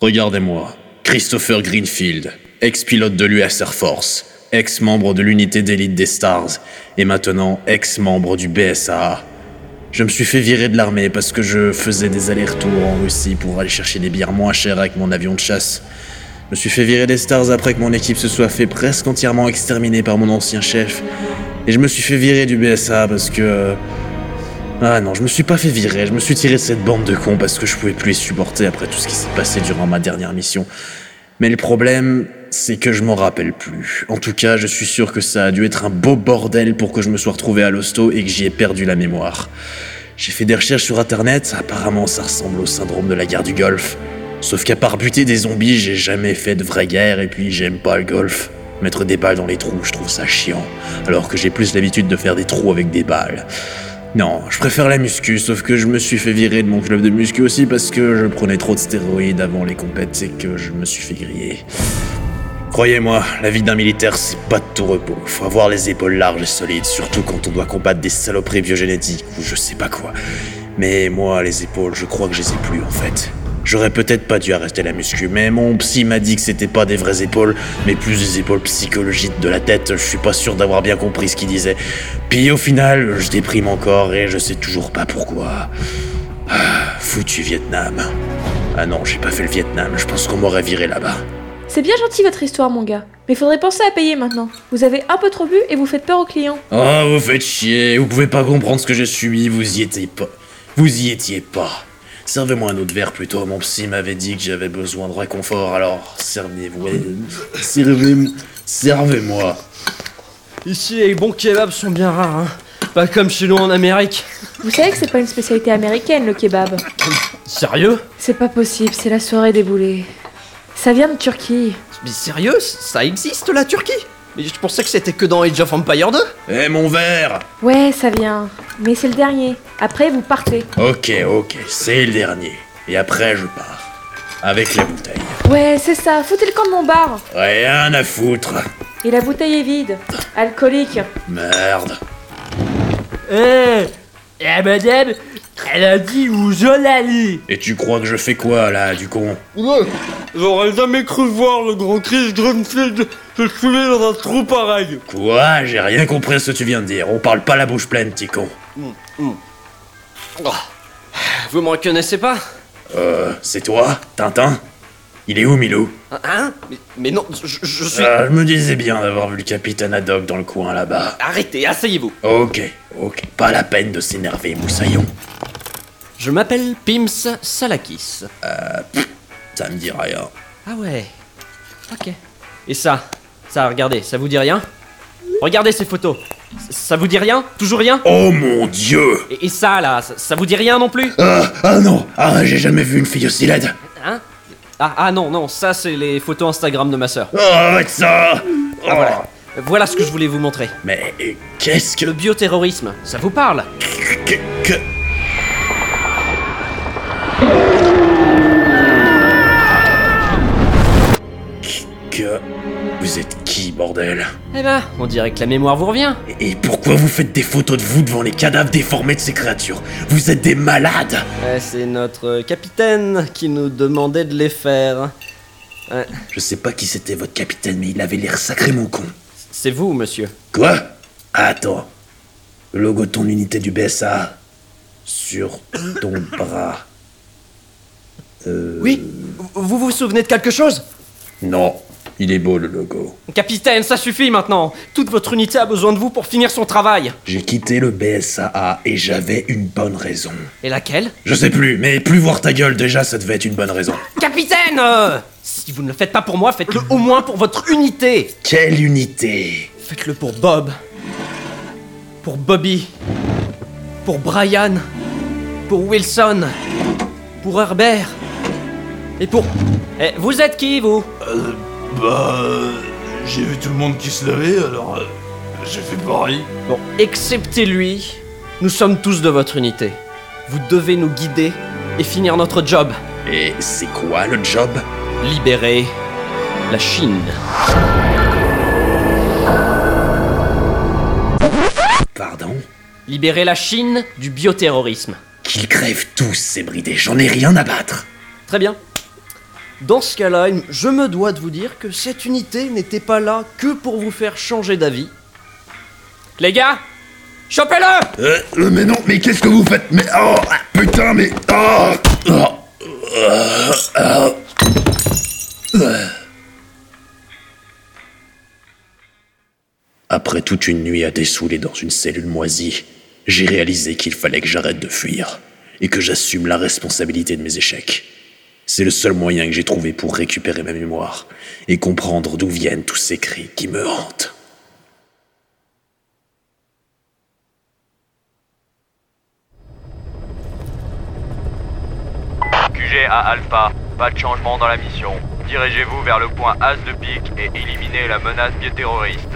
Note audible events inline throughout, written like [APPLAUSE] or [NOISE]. Regardez-moi. Christopher Greenfield, ex-pilote de l'US Air Force, ex-membre de l'unité d'élite des Stars, et maintenant ex-membre du BSAA. Je me suis fait virer de l'armée parce que je faisais des allers-retours en Russie pour aller chercher des bières moins chères avec mon avion de chasse. Je me suis fait virer des Stars après que mon équipe se soit fait presque entièrement exterminer par mon ancien chef. Et je me suis fait virer du BSA parce que... euh, Ah non, je me suis pas fait virer, je me suis tiré de cette bande de cons parce que je pouvais plus les supporter après tout ce qui s'est passé durant ma dernière mission. Mais le problème, c'est que je m'en rappelle plus. En tout cas, je suis sûr que ça a dû être un beau bordel pour que je me sois retrouvé à l'hosto et que j'y ai perdu la mémoire. J'ai fait des recherches sur internet, apparemment ça ressemble au syndrome de la guerre du Golfe. Sauf qu'à part buter des zombies, j'ai jamais fait de vraie guerre et puis j'aime pas le golf. Mettre des balles dans les trous, je trouve ça chiant, alors que j'ai plus l'habitude de faire des trous avec des balles. Non, je préfère la muscu, sauf que je me suis fait virer de mon club de muscu aussi parce que je prenais trop de stéroïdes avant les compètes et que je me suis fait griller. Croyez-moi, la vie d'un militaire, c'est pas de tout repos. Faut avoir les épaules larges et solides, surtout quand on doit combattre des saloperies biogénétiques ou je sais pas quoi. Mais moi, les épaules, je crois que je les ai plus en fait. J'aurais peut-être pas dû arrêter la muscu, mais mon psy m'a dit que c'était pas des vraies épaules, mais plus des épaules psychologiques de la tête. Je suis pas sûr d'avoir bien compris ce qu'il disait. Puis au final, je déprime encore et je sais toujours pas pourquoi. Ah, foutu Vietnam. Ah non, j'ai pas fait le Vietnam, je pense qu'on m'aurait viré là-bas. C'est bien gentil votre histoire, mon gars. Mais faudrait penser à payer maintenant. Vous avez un peu trop bu et vous faites peur aux clients. Oh, vous faites chier, vous pouvez pas comprendre ce que j'ai subi, vous y étiez pas. Vous y étiez pas. Servez-moi un autre verre plutôt, mon psy m'avait dit que j'avais besoin de réconfort, alors servez-vous. Servez-moi. Servez-moi. Ici, les bons kebabs sont bien rares, hein. Pas comme chez nous en Amérique. Vous savez que c'est pas une spécialité américaine, le kebab. Sérieux C'est pas possible, c'est la soirée déboulée. Ça vient de Turquie. Mais sérieux Ça existe la Turquie Mais je pensais que c'était que dans Age of Empire 2 Eh mon verre Ouais, ça vient. Mais c'est le dernier. Après, vous partez. Ok, ok, c'est le dernier. Et après, je pars. Avec la bouteille. Ouais, c'est ça. Foutez le camp de mon bar. Rien à foutre. Et la bouteille est vide. Alcoolique. Merde. Eh Eh, ben, madame, elle a dit où je l'allais Et tu crois que je fais quoi là, du con Ouais, j'aurais jamais cru voir le grand Chris Greenfield se saouler dans un trou pareil. Quoi J'ai rien compris à ce que tu viens de dire. On parle pas la bouche pleine, petit con. Oh. Vous me reconnaissez pas Euh, c'est toi, Tintin Il est où, Milou Hein mais, mais non, je, je suis... Euh. Ah, Je me disais bien d'avoir vu le capitaine Haddock dans le coin là-bas. Arrêtez, asseyez-vous. Ok, ok, pas la peine de s'énerver, Moussaillon. Je m'appelle Pims Salakis. Ça me dit rien. Ah ouais. Ok. Et ça, ça, regardez, ça vous dit rien Regardez ces photos. Ça, ça vous dit rien Toujours rien Oh mon dieu et, et ça là, ça, ça vous dit rien non plus Ah, ah non Ah, j'ai jamais vu une fille aussi laide Hein ah, ah non, non, ça c'est les photos Instagram de ma sœur. Oh, arrête ça Oh. voilà. Voilà ce que je voulais vous montrer. Mais euh, qu'est-ce que... Le bioterrorisme, ça vous parle que... que... Que... Vous êtes qui, bordel Eh ben, on dirait que la mémoire vous revient. Et et pourquoi vous faites des photos de vous devant les cadavres déformés de ces créatures Vous êtes des malades Ouais, Eh, c'est notre capitaine qui nous demandait de les faire. Ouais, Je sais pas qui c'était votre capitaine, mais il avait l'air sacrément con. c'est vous, monsieur. Quoi Ah, Attends. Le logo de ton unité du BSA sur ton bras. Euh, Oui Vous vous souvenez de quelque chose Non, il est beau le logo. Capitaine, ça suffit maintenant Toute votre unité a besoin de vous pour finir son travail J'ai quitté le BSAA et j'avais une bonne raison. Et laquelle Je sais plus, mais plus voir ta gueule déjà, ça devait être une bonne raison. Capitaine euh, Si vous ne le faites pas pour moi, faites-le au moins pour votre unité Quelle unité Faites-le pour Bob. Pour Bobby. Pour Brian. Pour Wilson. Pour Herbert. Et pour... Eh, vous êtes qui, vous Euh, bah, euh, j'ai vu tout le monde qui se levait, alors euh, j'ai fait pareil. Bon, excepté lui, nous sommes tous de votre unité. Vous devez nous guider et finir notre job. Et c'est quoi le job Libérer la Chine. Pardon Libérer la Chine du bioterrorisme. Qu'ils crèvent tous ces bridés, j'en ai rien à battre Très bien. Dans ce cas-là, il- je me dois de vous dire que cette unité n'était pas là que pour vous faire changer d'avis. Les gars, chopez-le Euh, euh, mais non, mais qu'est-ce que vous faites Mais oh, ah, putain, mais oh, oh, oh, Après toute une nuit à dessouler dans une cellule moisie, j'ai réalisé qu'il fallait que j'arrête de fuir et que j'assume la responsabilité de mes échecs. C'est le seul moyen que j'ai trouvé pour récupérer ma mémoire et comprendre d'où viennent tous ces cris qui me hantent. QG à Alpha, pas de changement dans la mission. Dirigez-vous vers le point As de pique et éliminez la menace bioterroriste.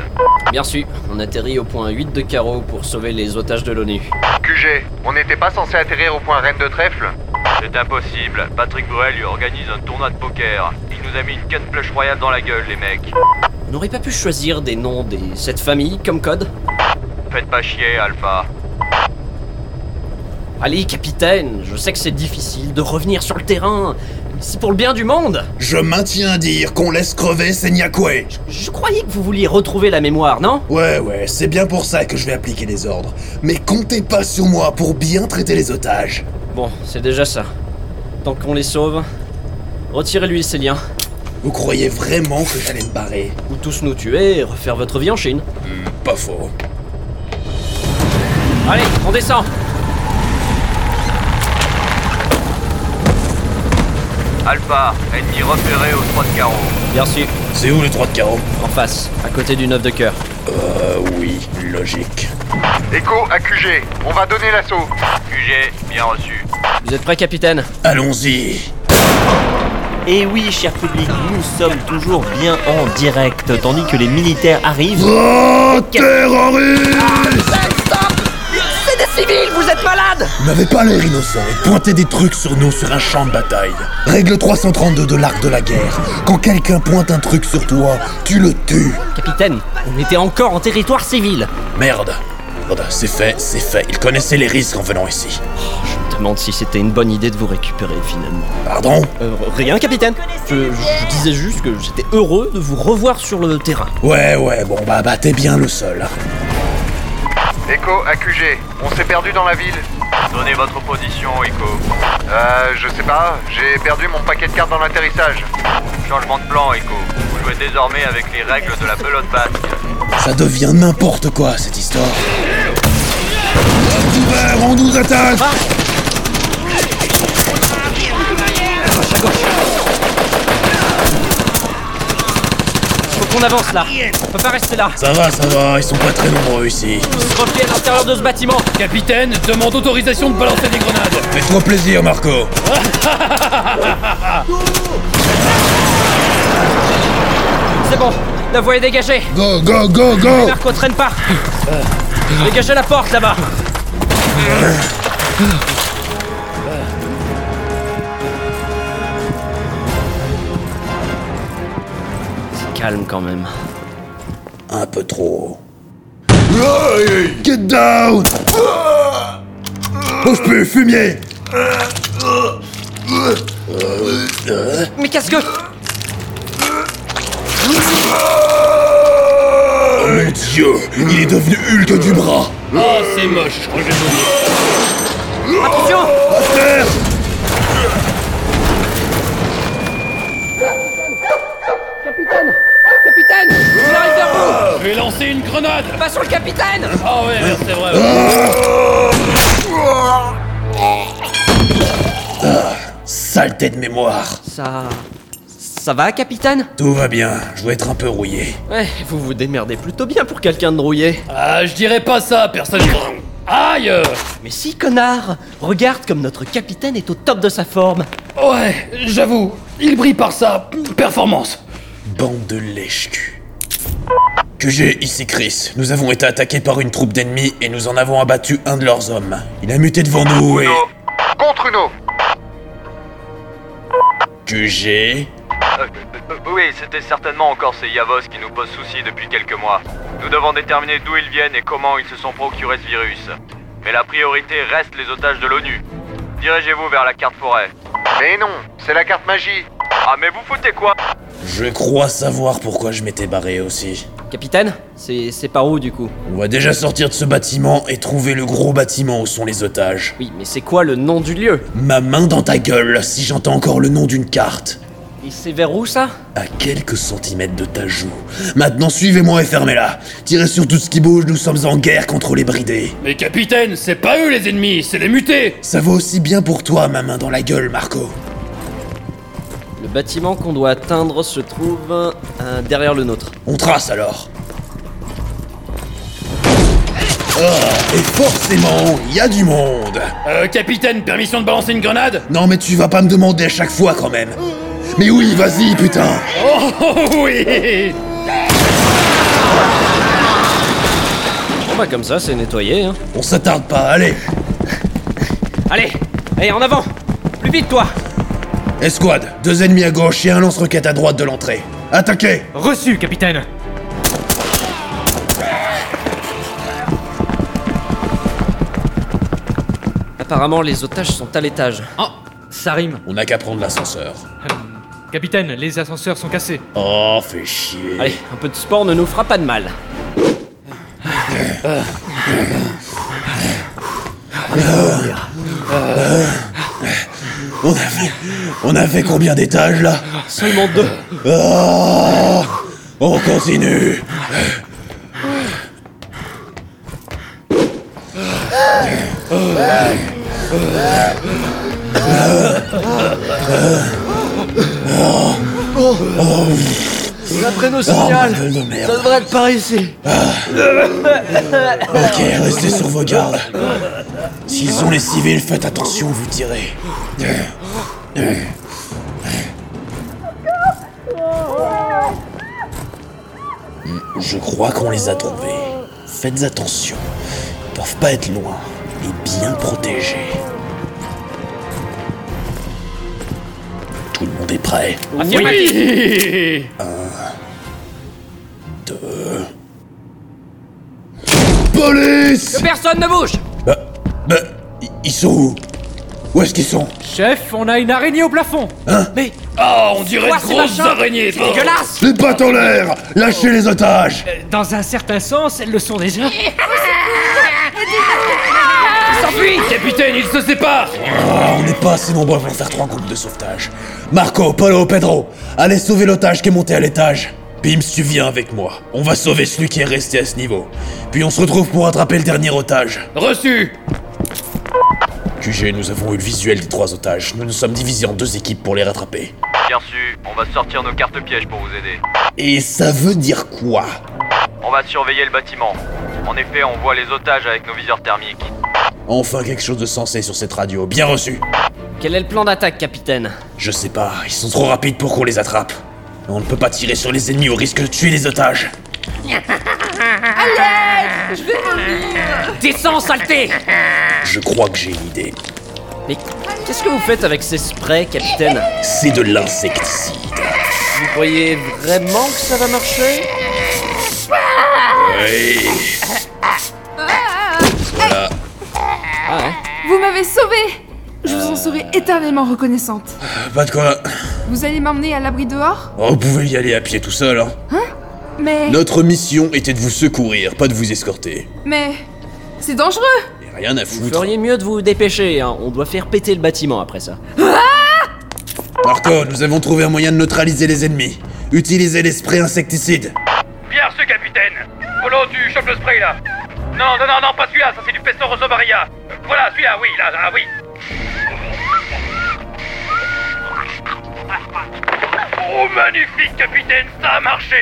Bien sûr, on atterrit au point 8 de carreau pour sauver les otages de l'ONU. QG, on n'était pas censé atterrir au point Reine de Trèfle C'est impossible, Patrick Bruel lui organise un tournoi de poker. Il nous a mis une quête plush royale dans la gueule, les mecs. On n'aurait pas pu choisir des noms de cette famille comme code Faites pas chier, Alpha. Allez, capitaine, je sais que c'est difficile de revenir sur le terrain. mais C'est pour le bien du monde Je maintiens à dire qu'on laisse crever Senyakwe. Je croyais que vous vouliez retrouver la mémoire, non Ouais, ouais, c'est bien pour ça que je vais appliquer les ordres. Mais comptez pas sur moi pour bien traiter les otages. Bon, c'est déjà ça. Tant qu'on les sauve, retirez-lui ces liens. Vous croyez vraiment que j'allais me barrer Ou tous nous tuer et refaire votre vie en Chine. Pas faux. Allez, on descend Alpha, ennemi repéré au 3 de carreau. Merci. C'est où le 3 de carreau En face, à côté du 9 de cœur. Euh oui, logique. Echo à QG, on va donner l'assaut QG, bien reçu. Vous êtes prêt, capitaine Allons-y Et Eh oui, cher public, nous sommes toujours bien en direct, tandis que les militaires arrivent. Oh, terroriste C'est des civils, vous êtes malades N'avez pas l'air innocent et pointez des trucs sur nous sur un champ de bataille. Règle 332 de l'arc de la guerre. Quand quelqu'un pointe un truc sur toi, tu le tues. Capitaine, on était encore en territoire civil. Merde Merde, c'est fait, c'est fait. Ils connaissaient les risques en venant ici. Je me demande si c'était une bonne idée de vous récupérer finalement. Pardon Euh, rien, capitaine. Je, je disais juste que j'étais heureux de vous revoir sur le terrain. Ouais, ouais, bon bah, bah t'es bien le seul. hein. Echo à QG, on s'est perdu dans la ville Donnez votre position, Echo. Euh, je sais pas, j'ai perdu mon paquet de cartes dans l'atterrissage. Changement de plan, Echo. Vous jouez désormais avec les règles de la pelote basque. Ça devient n'importe quoi cette histoire. Ouvert, on nous attaque Faut qu'on avance là. On peut pas rester là. Ça va, ça va, ils sont pas très nombreux ici. Faut se replier à l'intérieur de ce bâtiment. Capitaine, demande autorisation de balancer des grenades. Fais-toi plaisir, Marco. C'est bon. La voie est dégagée. Go, go, go, go Marco, traîne pas. Dégagez la porte là-bas. C'est calme quand même. Un peu trop. Get down Bouge plus, fumier Mais qu'est-ce que Oh mon dieu, il est devenu Hulk du bras Ah, c'est moche, je crois que j'ai vomi. Attention Capitaine Capitaine Il arrive vers vous Je vais lancer une grenade Pas sur le capitaine Ah ouais, ouais, c'est vrai. ouais. Saleté de mémoire. Ça... Ça va, capitaine Tout va bien, je dois être un peu rouillé. Ouais, vous vous démerdez plutôt bien pour quelqu'un de rouillé. Ah, je dirais pas ça, personne. Aïe Mais si, connard Regarde comme notre capitaine est au top de sa forme Ouais, j'avoue, il brille par sa performance. Bande de lèche-cul. QG, ici Chris. Nous avons été attaqués par une troupe d'ennemis et nous en avons abattu un de leurs hommes. Il a muté devant nous et... Contre Uno QG Euh, euh, oui, c'était certainement encore ces Yavos qui nous posent souci depuis quelques mois. Nous devons déterminer d'où ils viennent et comment ils se sont procurés ce virus. Mais la priorité reste les otages de l'ONU. Dirigez-vous vers la carte forêt. Mais non, c'est la carte magie Ah, mais vous foutez quoi Je crois savoir pourquoi je m'étais barré aussi. Capitaine C'est c'est par où du coup On va déjà sortir de ce bâtiment et trouver le gros bâtiment où sont les otages. Oui, mais c'est quoi le nom du lieu Ma main dans ta gueule si j'entends encore le nom d'une carte. Et c'est vers où ça À quelques centimètres de ta joue. Maintenant suivez-moi et fermez-la. Tirez sur tout ce qui bouge, nous sommes en guerre contre les bridés. Mais capitaine, c'est pas eux les ennemis, c'est les mutés Ça vaut aussi bien pour toi, ma main dans la gueule, Marco. Le bâtiment qu'on doit atteindre se trouve euh, derrière le nôtre. On trace alors. Ah, et forcément, il y a du monde. Euh, capitaine, permission de balancer une grenade Non mais tu vas pas me demander à chaque fois quand même. Mais oui, vas-y, putain. Oh oui Bon bah comme ça, c'est nettoyé. Hein. On s'attarde pas, allez. Allez, allez en avant Plus vite toi Escouade, deux ennemis à gauche et un lance-roquette à droite de l'entrée. Attaquez Reçu, capitaine. Apparemment, les otages sont à l'étage. Oh, ça rime. On n'a qu'à prendre l'ascenseur. Euh, capitaine, les ascenseurs sont cassés. Oh, fais chier. Allez, un peu de sport ne nous fera pas de mal. On a fait, on a fait combien d'étages là Seulement deux. Ah On continue. D'après nos Oh, signaux, bordel de merde. Ah. ça devrait être par ici. Ok, restez sur vos gardes. S'ils ont les civils, faites attention, vous tirez. Je crois qu'on les a trouvés. Faites attention. Ils doivent pas être loin et bien protégés. Tout le monde est prêt. Oui Police Personne ne bouge Bah, bah, i- ils sont où Où est-ce qu'ils sont Chef, on a une araignée au plafond. Mais Oh, on dirait Quoi, de ces grosses machins araignées c'est dégueulasse Les pattes en l'air Lâchez les otages euh, dans un certain sens, elles le sont déjà. Capitaine, ils se séparent On n'est pas assez nombreux pour faire trois groupes de sauvetage. Marco, Polo, Pedro, allez sauver l'otage qui est monté à l'étage. Pims, tu viens avec moi. On va sauver celui qui est resté à ce niveau. Puis on se retrouve pour attraper le dernier otage. Reçu QG, nous avons eu le visuel des trois otages. Nous nous sommes divisés en deux équipes pour les rattraper. Bien sûr, on va sortir nos cartes pièges pour vous aider. Et ça veut dire quoi On va surveiller le bâtiment. En effet, on voit les otages avec nos viseurs thermiques. Enfin quelque chose de sensé sur cette radio. Bien reçu. Quel est le plan d'attaque, capitaine Je sais pas, ils sont trop rapides pour qu'on les attrape. On ne peut pas tirer sur les ennemis au risque de tuer les otages. Descends, saleté Je crois que j'ai une idée. Mais qu'est-ce que vous faites avec ces sprays, capitaine C'est de l'insecticide. Vous croyez vraiment que ça va marcher Oui. Vous m'avez sauvée Je vous en serai éternellement reconnaissante. Pas de quoi. Vous allez m'emmener à l'abri dehors Oh, vous pouvez y aller à pied tout seul, hein. Mais... Notre mission était de vous secourir, pas de vous escorter. Mais... C'est dangereux Et rien à Vous foutre. feriez mieux de vous dépêcher, hein. on doit faire péter le bâtiment après ça. Marco, nous avons trouvé un moyen de neutraliser les ennemis. Utilisez les sprays insecticides. Bien reçu, capitaine Polo, tu chopes le spray, là Non, non, non, non, pas celui-là, ça c'est du pesto rosso barilla Voilà, celui-là, oui, là, là, oui Oh, magnifique, capitaine, ça a marché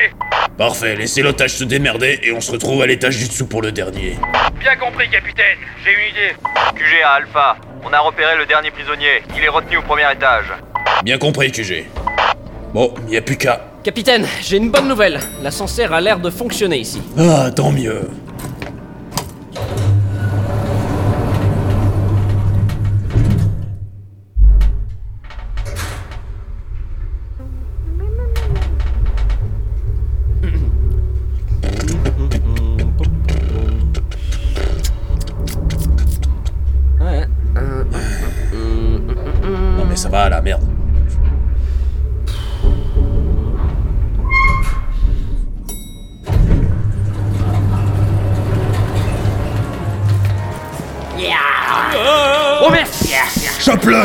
Parfait, laissez l'otage se démerder et on se retrouve à l'étage du dessous pour le dernier. Bien compris, capitaine, j'ai une idée QG à Alpha, on a repéré le dernier prisonnier. Il est retenu au premier étage. Bien compris, QG. Bon, y a plus qu'à. Capitaine, j'ai une bonne nouvelle. L'ascenseur a l'air de fonctionner ici. Ah, tant mieux. Ouais. Non mais ça va, la merde. Oh, vite Allez, plus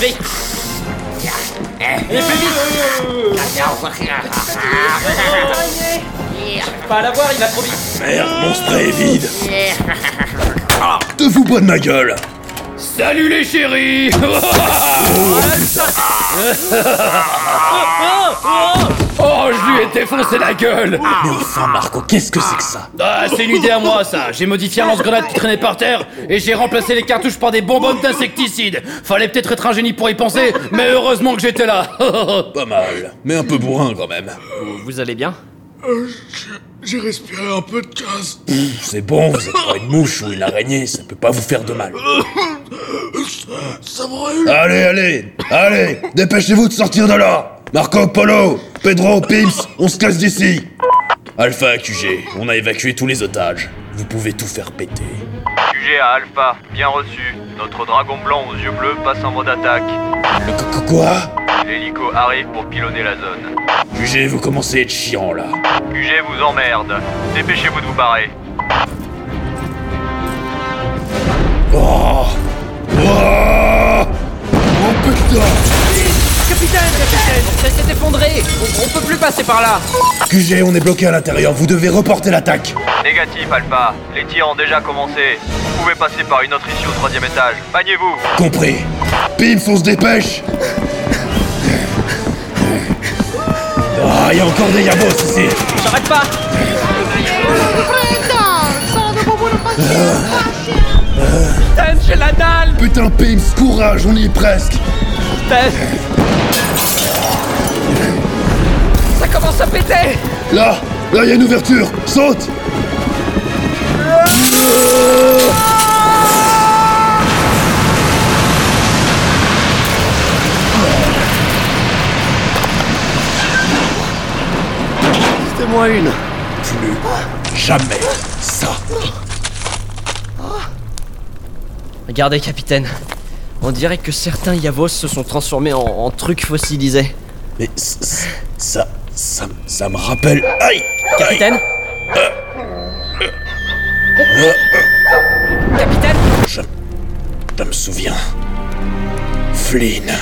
vite Pas à l'avoir, il va trop vite Merde, mon spray est vide Ah, te fous pas de ma gueule Salut les chéris [LAUGHS] Oh, je lui ai défoncé la gueule Mais enfin, Marco, qu'est-ce que c'est que ça Ah, c'est une idée à moi, ça J'ai modifié un lance-grenade qui traînait par terre, et j'ai remplacé les cartouches par des bonbonnes d'insecticides Fallait peut-être être un génie pour y penser, mais heureusement que j'étais là [LAUGHS] Pas mal, mais un peu bourrin quand même. Vous allez bien Euh, J'ai respiré un peu de gaz. Pff, C'est bon, vous êtes pas une mouche ou une araignée, ça peut pas vous faire de mal. Ça brûle. Allez, allez, allez, dépêchez-vous de sortir de là Marco Polo, Pedro, Pimps, on se casse d'ici Alpha à QG, on a évacué tous les otages. Vous pouvez tout faire péter. QG à Alpha, bien reçu. Notre dragon blanc aux yeux bleus passe en mode attaque. Quoi L'hélico arrive pour pilonner la zone. QG, vous commencez à être chiant là. QG vous emmerde. Dépêchez-vous de vous barrer. Oh Oh Oh putain Capitaine, capitaine Ça s'est effondré on, on peut plus passer par là QG, on est bloqué à l'intérieur, vous devez reporter l'attaque Négatif Alpha, les tirs ont déjà commencé. Vous pouvez passer par une autre issue au troisième étage. Maniez-vous Compris Pimps, on se dépêche Ah, il y a encore des yabos ici J'arrête pas Putain, j'ai la dalle Putain, Pimps, courage, on y est presque Putain Ça commence à péter Là Là, il y a une ouverture Saute C'était-moi une Plus jamais ça Regardez, capitaine. On dirait que certains Yavos se sont transformés en, en trucs fossilisés. Mais c- c- ça, ça, ça me rappelle... Aïe Capitaine Euh, Capitaine Je me souviens. Flynn.